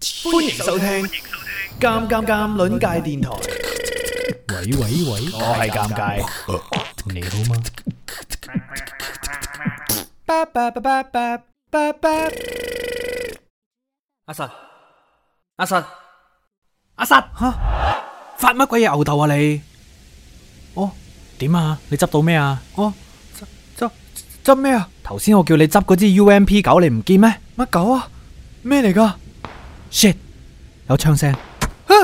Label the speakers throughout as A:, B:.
A: 歡迎收聽《尷尷尷》鄰界電台。
B: 喂喂喂，
A: 我係尷尬，
B: 你好嗎？
A: 巴巴巴巴巴巴巴。
C: 阿實，阿實，阿實，吓發乜鬼嘢牛頭啊你？
B: 哦，點啊？你執到咩啊？
C: 哦，執執執咩啊？
B: 頭先我叫你執嗰支 UMP 九，你唔見咩
C: 乜狗啊？咩嚟噶？
B: ？shit，有槍聲，
C: 啊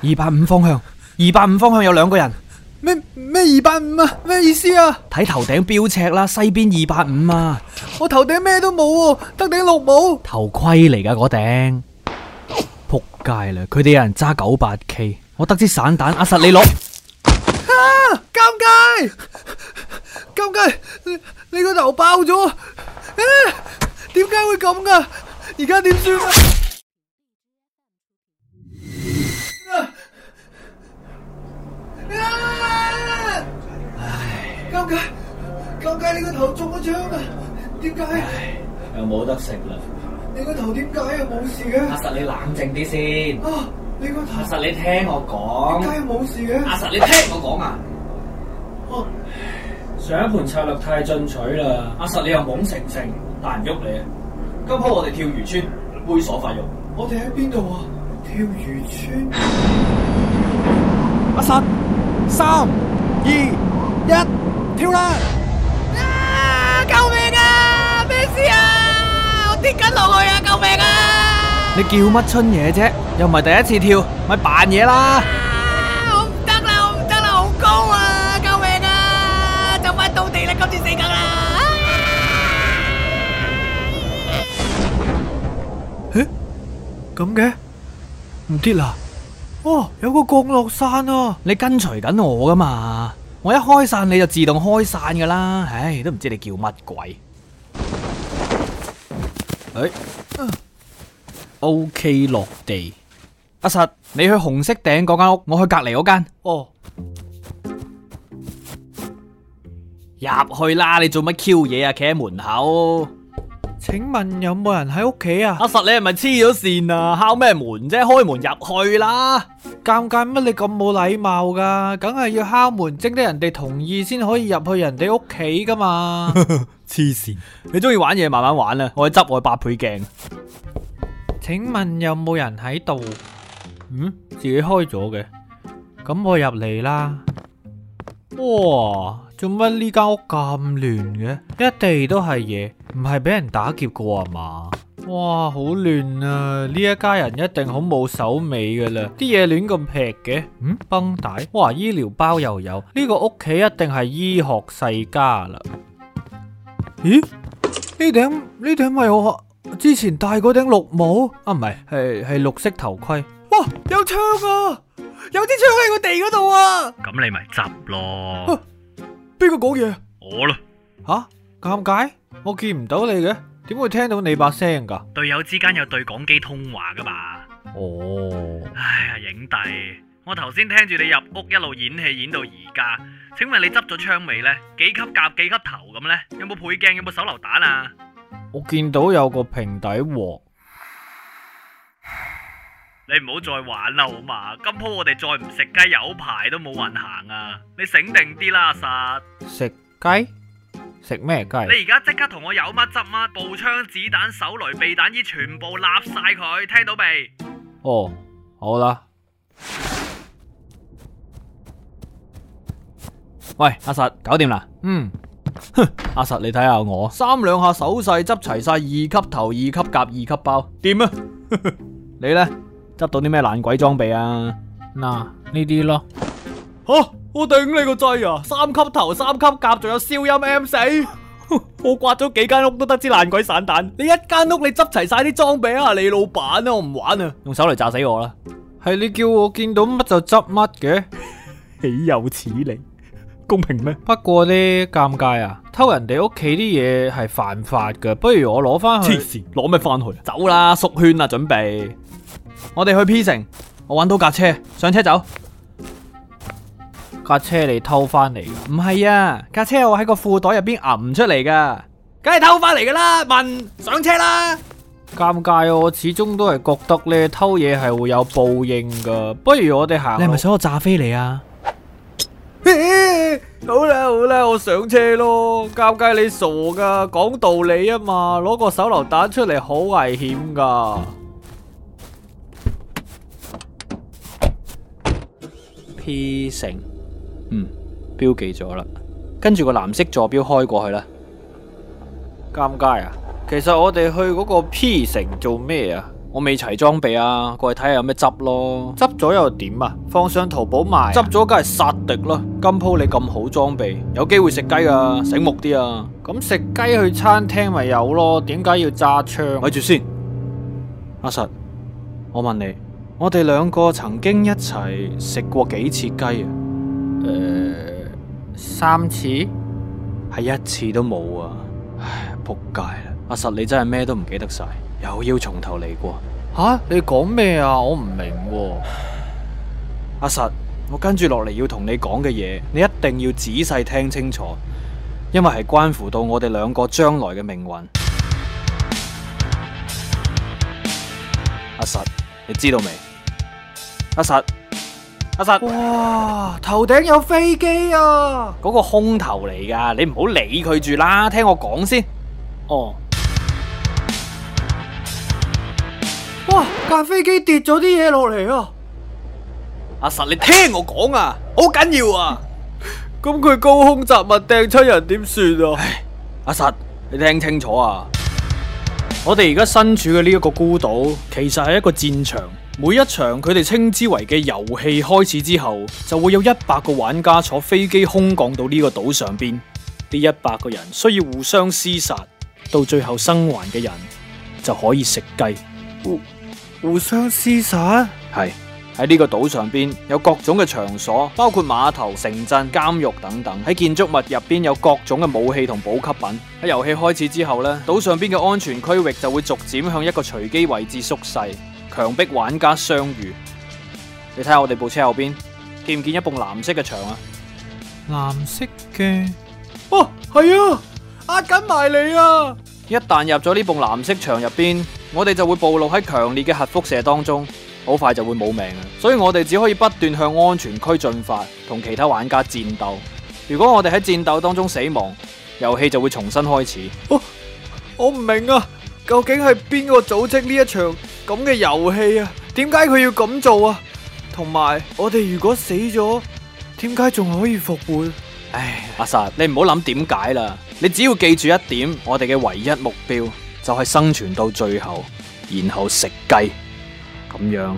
B: 二百五方向，二百五方向有兩個人，
C: 咩咩二百五啊？咩意思啊？
B: 睇頭頂標尺啦，西邊二百五啊，
C: 我頭頂咩都冇喎，得頂綠帽。
B: 頭盔嚟噶嗰頂，仆街啦！佢哋有人揸九八 K，我得支散彈，阿實你攞，
C: 啊！尷尬，尷尬，你你個頭爆咗啊！點解會咁噶？而家點算啊？啊！尷尬，尷尬，你個頭中咗槍啊！點解？
B: 又冇得食啦，
C: 你個頭點解啊？冇事嘅。
B: 實你冷靜啲先，
C: 啊！你個頭
B: 實你聽我講
C: 點解哦冇事嘅？
B: 阿實，你聽我講啊！上一盤策略太進取啦，阿實你又懵成成，但唔喐你。啊今鋪我哋跳魚村，猥瑣發育。
C: 我哋喺邊度啊？跳魚村。
B: 阿實，三二一，跳啦！
C: 啊！救命啊！咩事啊？我跌緊落去啊！救命啊！
B: 你叫乜春嘢啫？又唔係第一次跳，咪扮嘢啦！
C: 啊！我唔得啦！我唔得啦！好高啊！救命啊！就快到地啦！今次死梗啦！啊誒，咁嘅唔跌啦？哦，有個降落傘啊！
B: 你跟隨緊我噶嘛？我一開傘你就自動開傘噶啦，唉，都唔知你叫乜鬼。唉、o k 落地。
C: À,
B: 阿實，你去紅色頂嗰間屋，我去隔離嗰間。
C: 哦，
B: 入去啦！你做乜 Q 嘢
C: à,
B: 啊？企喺門口。
C: 請問有冇人喺屋企啊？
B: 阿實，你係咪黐咗線啊？敲咩門啫？開門入去啦！
C: 尷尬乜你咁冇禮貌噶，梗係要敲門徵得人哋同意先可以入去人哋屋企噶嘛。
B: 黐線！你中意玩嘢慢慢玩啦，我去執我嘅八倍鏡。
C: 請問有冇人喺度？嗯，自己開咗嘅，咁我入嚟啦。哇，做乜呢間屋咁亂嘅？一地都係嘢，唔係俾人打劫過啊嘛？哇，好亂啊！呢一家人一定好冇手尾噶啦，啲嘢亂咁劈嘅。嗯，繃帶，哇，醫療包又有，呢個屋企一定係醫學世家啦。咦？呢頂呢頂咪我之前戴嗰頂綠帽啊，唔係係係綠色頭盔。哇，有槍啊！有支槍喺個地嗰度啊！
D: 咁你咪執咯，
C: 邊個講嘢？
D: 我咯，
C: 吓，尷尬，我見唔到你嘅，點會聽到你把聲噶？
D: 隊友之間有對講機通話噶嘛。
C: 哦，
D: 唉呀，影帝，我頭先聽住你入屋一路演戲演到而家，請問你執咗槍未呢？幾級甲幾級頭咁呢？有冇倍鏡？有冇手榴彈啊？
C: 我見到有個平底鑊。
D: 你唔好再玩啦好嘛，今鋪我哋再唔食雞有排都冇運行啊！你醒定啲啦，阿實，
C: 食雞？食咩雞？
D: 你而家即刻同我有乜執乜，步槍、子彈、手雷、避彈衣全部立晒佢，聽到未？
C: 哦，好啦，
B: 喂，阿實，搞掂啦！
C: 嗯，
B: 阿實，你睇下我，三兩下手勢執齊晒二級頭、二級甲、二級包，掂啊！ 你呢？執到啲咩爛鬼裝備啊？
C: 嗱呢啲咯。
B: 吓、我頂你個掣啊！三級頭、三級甲，仲有消音 M 四。我刮咗幾間屋都得支爛鬼散彈，你一間屋你執齊晒啲裝備啊！你老闆啊，我唔玩啊！用手嚟炸死我啦！
C: 係你叫我見到乜就執乜嘅。
B: 豈有此理，公平咩？
C: 不過呢，尷尬啊，偷人哋屋企啲嘢係犯法噶，不如我攞翻去。
B: 線，攞咩翻去？啊走啦，縮圈啦，準備。我哋去 P 城，我揾到架車，上車走。
C: 架車你偷翻嚟噶，
B: 唔係啊，架車我喺個褲袋入邊揞出嚟噶，梗係偷翻嚟噶啦！問上車啦，
E: 尷尬啊！我始終都係覺得咧偷嘢係會有報應噶，不如我哋行
D: 你係
E: 路
D: 咪想我炸飛你啊？
B: 好啦好啦，我上車咯。尷尬，你傻噶，講道理啊嘛，攞個手榴彈出嚟好危險噶。
C: P 城，嗯，標記咗啦。跟住個藍色坐標開過去啦。
E: 尷尬啊！其實我哋去嗰個 P 城做咩啊？
C: 我未齊裝備啊，過去睇下有咩執咯。
E: 執咗又點啊？放上淘寶賣啊、
C: 執咗梗係殺敵啦！今鋪你咁好裝備，有機會食雞噶，醒目啲啊！
E: 咁食雞去餐廳咪有咯？點解要揸槍？
C: 咪住先，阿實，我問你，我哋兩個曾經一齊食過幾次雞啊？
E: 三次
C: 係一次都冇啊！唉，仆街啦！阿實你真係咩都唔記得晒，又要從頭嚟過。
E: 吓、你講咩啊？我唔明喎、
C: 阿實，我跟住落嚟要同你講嘅嘢，你一定要仔細聽清楚，因為係關乎到我哋兩個將來嘅命運。阿實，你知道未？阿實，阿實，嗰、
E: 哇！頭頂有飛機啊！
C: 個空頭嚟噶，你唔好理佢住啦，聽我講先。哦，
E: 哇！架飛機跌咗啲嘢落嚟啊！
C: 阿實，你聽我講啊，好緊要啊！
B: 咁佢高空雜物掟出人點算啊？
C: 阿實，你聽清楚啊！我哋而家身處嘅呢一個孤島，其實係一個戰場。每一場佢哋稱之為嘅遊戲開始之後，就會有一百個玩家坐飛機空降到呢個島上邊。呢一百個人需要互相厮殺，到最後生還嘅人就可以食雞。
D: 互相厮殺，
C: 係喺呢個島上邊有各種嘅場所，包括碼頭、城鎮、監獄等等。喺建築物入邊有各種嘅武器同補給品。喺遊戲開始之後呢，島上邊嘅安全區域就會逐漸向一個隨機位置縮細，強迫玩家相遇。你睇下我哋部車後邊，見唔見一埲藍色嘅牆啊？
E: 藍色嘅
B: 哦，係啊，壓緊埋你啊！
C: 一旦入咗呢埲藍色牆入邊，我哋就會暴露喺強烈嘅核輻射當中，好快就會冇命啊！所以我哋只可以不斷向安全區進發，同其他玩家戰鬥。如果我哋喺戰鬥當中死亡，遊戲就會重新開始。
B: 哦我唔明啊，究竟係邊個組織呢一場咁嘅遊戲啊？點解佢要咁做啊？同埋我哋如果死咗，點解仲可以復活？
C: 唉，阿實，你唔好諗點解啦，你只要記住一點，我哋嘅唯一目標就係生存到最後，然後食雞。咁樣，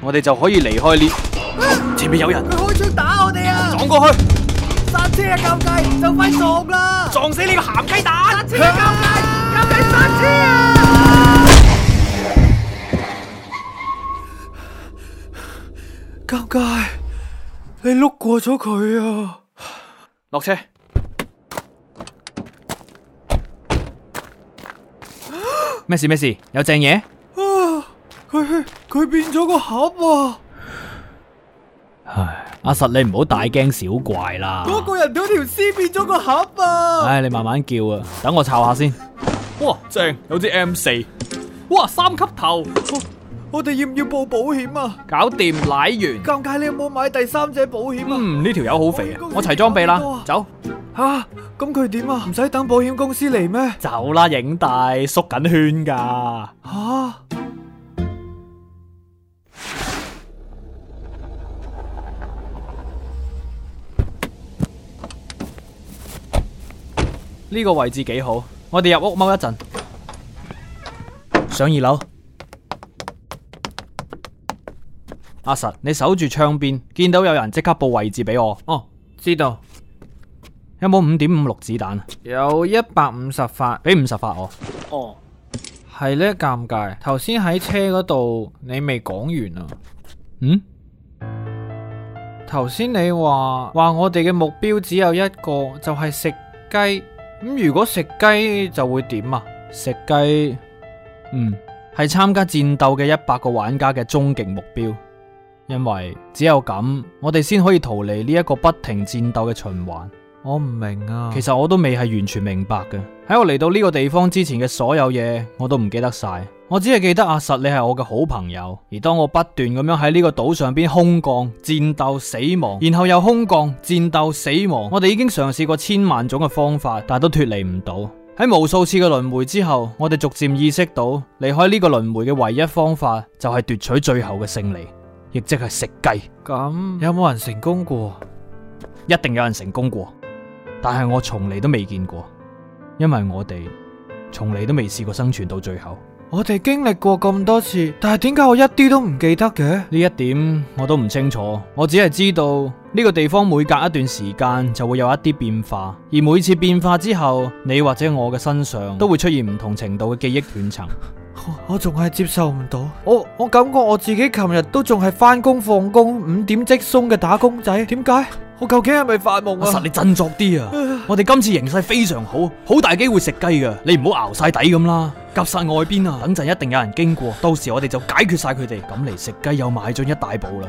C: 我哋就可以離開呢。前面有人，
B: 佢開槍打我哋啊！
C: 撞過去，
B: 剎車啊，尷尬，就快撞啦！
C: 撞死你個鹹雞蛋！
B: 車尷尬，尷尬剎車啊！尷尬，你碌過咗佢啊！
C: 落車。咩事咩事？有正嘢？
B: 佢佢變咗個盒啊！
C: 阿啊實你唔好大驚小怪啦。
B: 嗰個人嗰條屍變咗個盒啊！
C: 唉，你慢慢叫啊，等我抄下先。
B: 哇，正有支 M 四，哇三級頭，我哋要唔要報保險啊？
C: 搞掂，奶完。
B: 尷尬，你有冇買第三者保險啊？
C: 嗯，呢條友好肥啊！我齊裝備啦，走
B: 吓，咁佢點啊？唔使等保險公司嚟咩？
C: 走啦，影帝縮緊圈噶。
B: 吓，
C: 呢個位置幾好，我哋入屋踎一陣，上二樓。阿實，你守住窗邊，見到有人即刻報位置俾我。
E: 哦，知道
C: 有冇五點五六子彈啊？
E: 有一百五十發，
C: 俾五十發我。
E: 哦，係呢，尷尬。頭先喺車嗰度你未講完啊。
C: 嗯，
E: 頭先你話話我哋嘅目標只有一個，就係食雞。咁如果食雞就會點啊？
C: 食雞，嗯，係參加戰鬥嘅一百個玩家嘅終極目標，因為只有咁，我哋先可以逃離呢一個不停戰鬥嘅循環。
E: 我唔明啊。
C: 其實我都未係完全明白嘅。喺喺我嚟到呢個地方之前嘅所有嘢，我都唔記得晒。我只係記得阿實你係我嘅好朋友，而當我不斷咁樣喺呢個島上邊空降、戰鬥、死亡，然後又空降、戰鬥、死亡，我哋已經嘗試過千萬種嘅方法，但係都脫離唔到。喺無數次嘅輪迴之後，我哋逐漸意識到離開呢個輪迴嘅唯一方法就係奪取最後嘅勝利，亦即係食雞。
F: 咁
C: 有冇人成功過？一定有人成功過，但係我從嚟都未見過，因為我哋從嚟都未試過生存到最後。
F: 我哋經歷過咁多次，但係點解我一啲都唔記得嘅？
C: 呢一點我都唔清楚，我只係知道呢個地方每隔一段時間就會有一啲變化，而每次變化之後，你或者我嘅身上都會出現唔同程度嘅記憶斷層。
F: 我仲係接受唔到，我我感覺我自己琴日都仲係翻工放工五點即鬆嘅打工仔，點解？我究竟係咪發夢
C: 阿實
F: 啊？
C: 你振作啲啊！我哋今次形勢非常好，好大機會食雞噶，你唔好熬晒底咁啦，夾晒外邊啊！等陣一定有人經過，到時我哋就解決晒佢哋，咁嚟食雞又邁進一大步啦。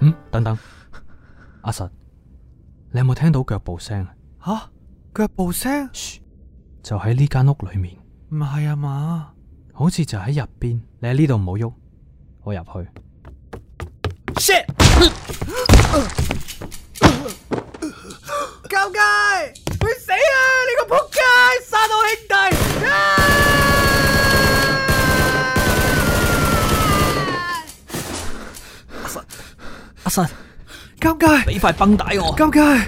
C: 嗯，等等，阿實，你有冇聽到腳步聲啊？
F: 吓，腳步聲？
C: 就喺呢間屋裏面，
F: 唔係啊嘛？
C: 好似就喺入邊。你喺呢度唔好喐，我入去。
B: 尷尬，會死啊！你個仆街，殺我兄弟！
C: 阿實，
B: 尷尬，
C: 俾塊繃帶我。
B: 尷尬，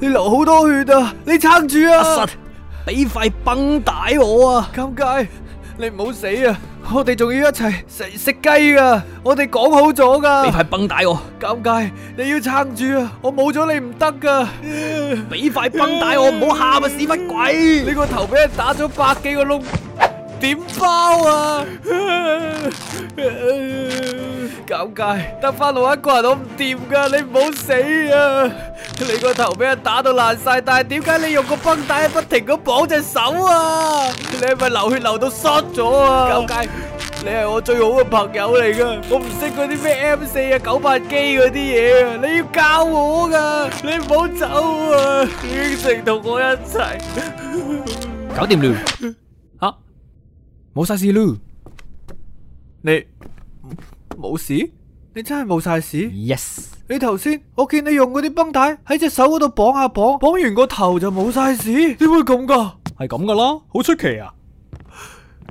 B: 你流好多血啊！你撐住啊！
C: 阿實，俾塊繃帶我啊！
B: 尷尬，你唔好死啊！我哋仲要一齊食食雞噶，我哋講好咗
C: 俾
B: 噶。
C: 塊繃帶我。
B: 尷尬，你要撐住啊！我冇咗你唔得噶。
C: 俾塊繃帶我，唔好喊啊！屎忽鬼！
B: 你個頭俾人打咗百幾個窿，點包
F: à.
B: 啊？尷尬，得翻我一個人，我唔掂噶，你唔好死
F: à.
B: 啊！你個頭俾人打到爛晒，但係點解你用個繃帶不停咁綁隻手
F: à.
B: 啊？你係咪流血流到濕咗啊？尷尬，你係我最好嘅朋友嚟噶，我唔識嗰啲咩 M 四
F: à,
B: 啊、九八機嗰啲嘢啊，你要教我噶，你唔好走
F: à.
B: 啊！應承同我一齊。
C: 搞掂了，吓冇晒事咯。
B: 你冇事？
F: 你真係冇晒事？
C: Yes，
F: 你頭先我見你用嗰啲繃帶喺隻手嗰度綁下綁，綁完個頭就冇晒事，點會咁噶？
C: 係咁噶啦，好出奇啊！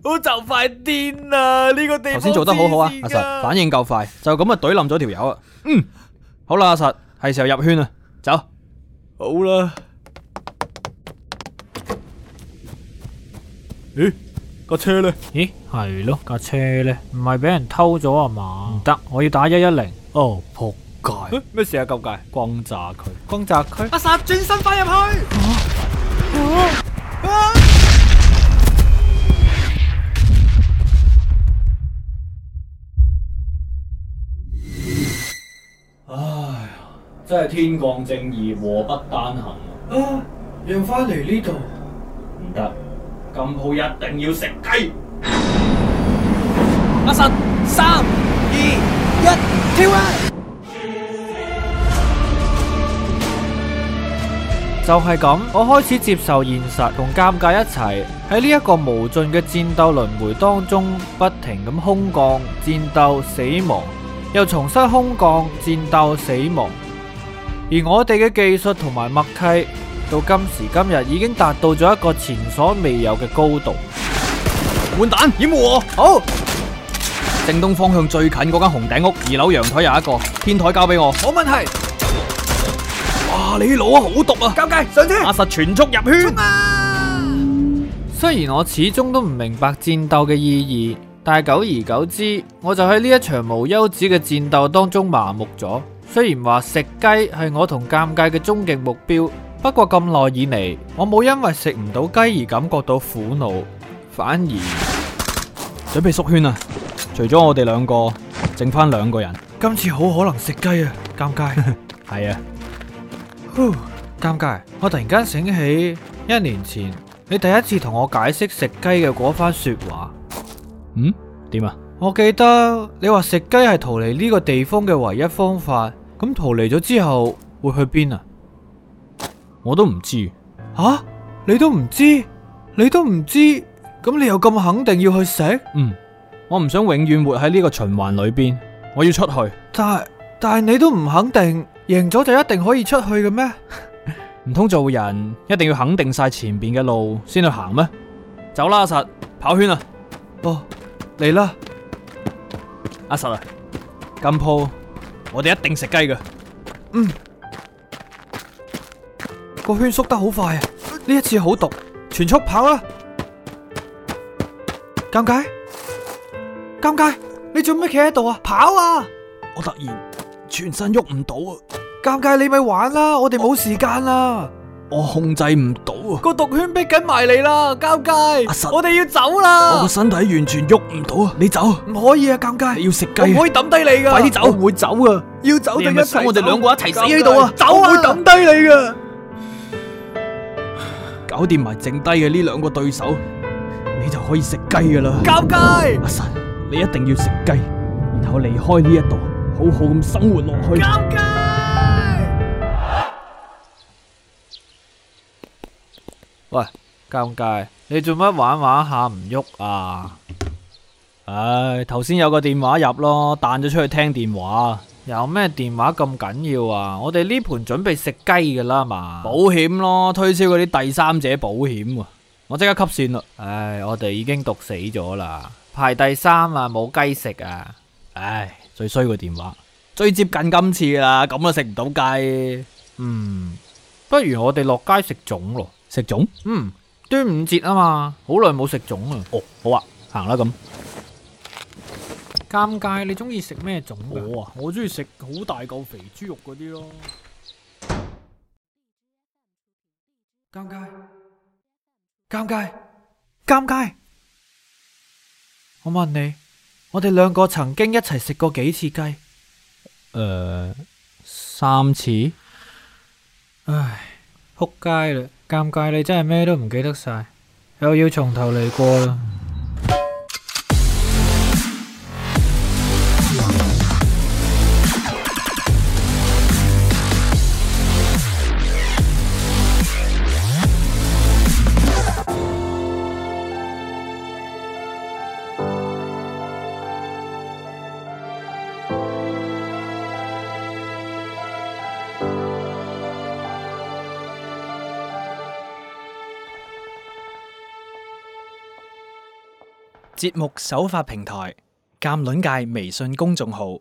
B: 我就快癲啦！呢、個地方
C: 頭先做得好好啊，
B: 黐線
C: 阿
B: 㗎
C: 實反應夠快，就咁啊懟冧咗條友啊。嗯，好啦，阿實係時候入圈啦，走。
B: 好啦。
F: 咦，架車呢？
C: 咦，係咯，架車咧唔係俾人偷咗啊嘛？唔得，我要打一一零。哦，仆街！
F: 咩事啊？咁解？
C: 轟炸佢。
F: 轟炸區？
B: 阿實轉身翻入去。
C: 真係天降正義，禍不單行啊！
F: 啊，讓翻嚟呢度。
C: 唔得，今鋪一定要食雞。阿神，三二一，跳啊！
F: 就係咁，我開始接受現實同尷尬一齊喺呢一個無盡嘅戰鬥輪迴當中，不停咁空降、戰鬥、死亡，又重新空降、戰鬥、死亡。而我哋嘅技術同埋默契，到今時今日已經達到咗一個前所未有嘅高度。
C: 換蛋，掩護我。好。正東方向最近嗰間紅頂屋，二樓陽台有一個，天台交俾我。冇問題。哇！你老啊，好毒啊！尷尬，上車。阿實全速入圈。
F: 雖然我始終都唔明白戰鬥嘅意義，但係久而久之，我就喺呢一場無休止嘅戰鬥當中麻木咗。雖然話食雞係我同尷尬嘅終極目標，不過咁耐以嚟，我冇因為食唔到雞而感覺到苦惱，反而
C: 準備縮圈啊！除咗我哋兩個，剩翻兩個人。
F: 今次好可能食雞啊！尷尬，
C: 係啊，
F: 呼尷尬！我突然間醒起一年前你第一次同我解釋食雞嘅嗰番說話。
C: 嗯，點啊？
F: 我記得你話食雞係逃離呢個地方嘅唯一方法，咁逃離咗之後會去邊啊？
C: 我都唔知。
F: 吓、啊你都唔知，你都唔知，咁你又咁肯定要去食？
C: 嗯，我唔想永遠活喺呢個循環裏邊，我要出去。
F: 但系但系你都唔肯定，贏咗就一定可以出去嘅咩？
C: 唔通做人一定要肯定晒前邊嘅路先去行咩？走啦，阿實，跑圈啊！
F: 哦，嚟啦，
C: 阿實啊，今鋪我哋一定食雞嘅。
F: 個圈縮得好快啊！呢一次好毒，全速跑啦！尷尬，尷尬，你做咩企喺度啊？跑啊！
C: 我突然全身喐唔到啊！
F: 尷尬，你咪玩啦，我哋冇時間啦。
C: 我控制唔到啊！
G: 个毒圈逼緊埋嚟啦，尷尬
C: 阿實，
G: 我哋要走
C: 我
G: 啦
C: 個，身體完全喐唔到啊！你走，
F: 唔可以啊，尷尬
C: 你。要食雞
G: 我唔可以抌低你噶，
C: 快啲走，會走啊！
G: 要走就
C: 你係
G: 一
C: 咪
G: 齊走，
C: 想我哋兩個一齊死
G: 尷尬
C: 喺度啊
G: 走啊，
C: 我
G: 會
C: 會
G: 抌
C: 抌
G: 低你噶。
C: 搞掂埋剩低嘅呢兩個對手，你就可以食雞噶啦！
G: 尷尬，
C: 阿神，你一定要食雞，然後離開呢一度，好好咁生活落去。
G: 尷尬。
F: 尷尬，你做乜玩玩下唔喐啊？
C: 唉，頭先有個電話入咯，彈咗出去聽電話，
F: 有咩電話咁緊要啊？我哋呢盤準備食雞噶啦嘛
C: 保。險咯，推銷嗰啲第三者保險喎。我即刻吸線啦！
F: 唉，我哋已經毒死咗啦，排第三啊，冇雞食啊。
C: 唉，最衰個電話，最接近今次啦，咁啊食唔到雞，
F: 嗯，不如我哋落街食粽咯。
C: 食粽？
F: 嗯，端午節啊嘛，好耐冇食粽啦。
C: 哦，好啊，行啦咁。
F: 尷尬，你中意食咩粽㗎？
C: 我啊，我中意食好大嚿肥豬肉嗰啲咯。
F: 尷尬，尷尬，尷尬。我問你，我哋兩個曾經一齊食過幾次雞？
C: 诶、三次。
F: 唉，扑街啦！尷尬，你真係咩都唔記得晒，又要從頭嚟過啦。
C: 節目首發平台：鑑論界微信公眾號。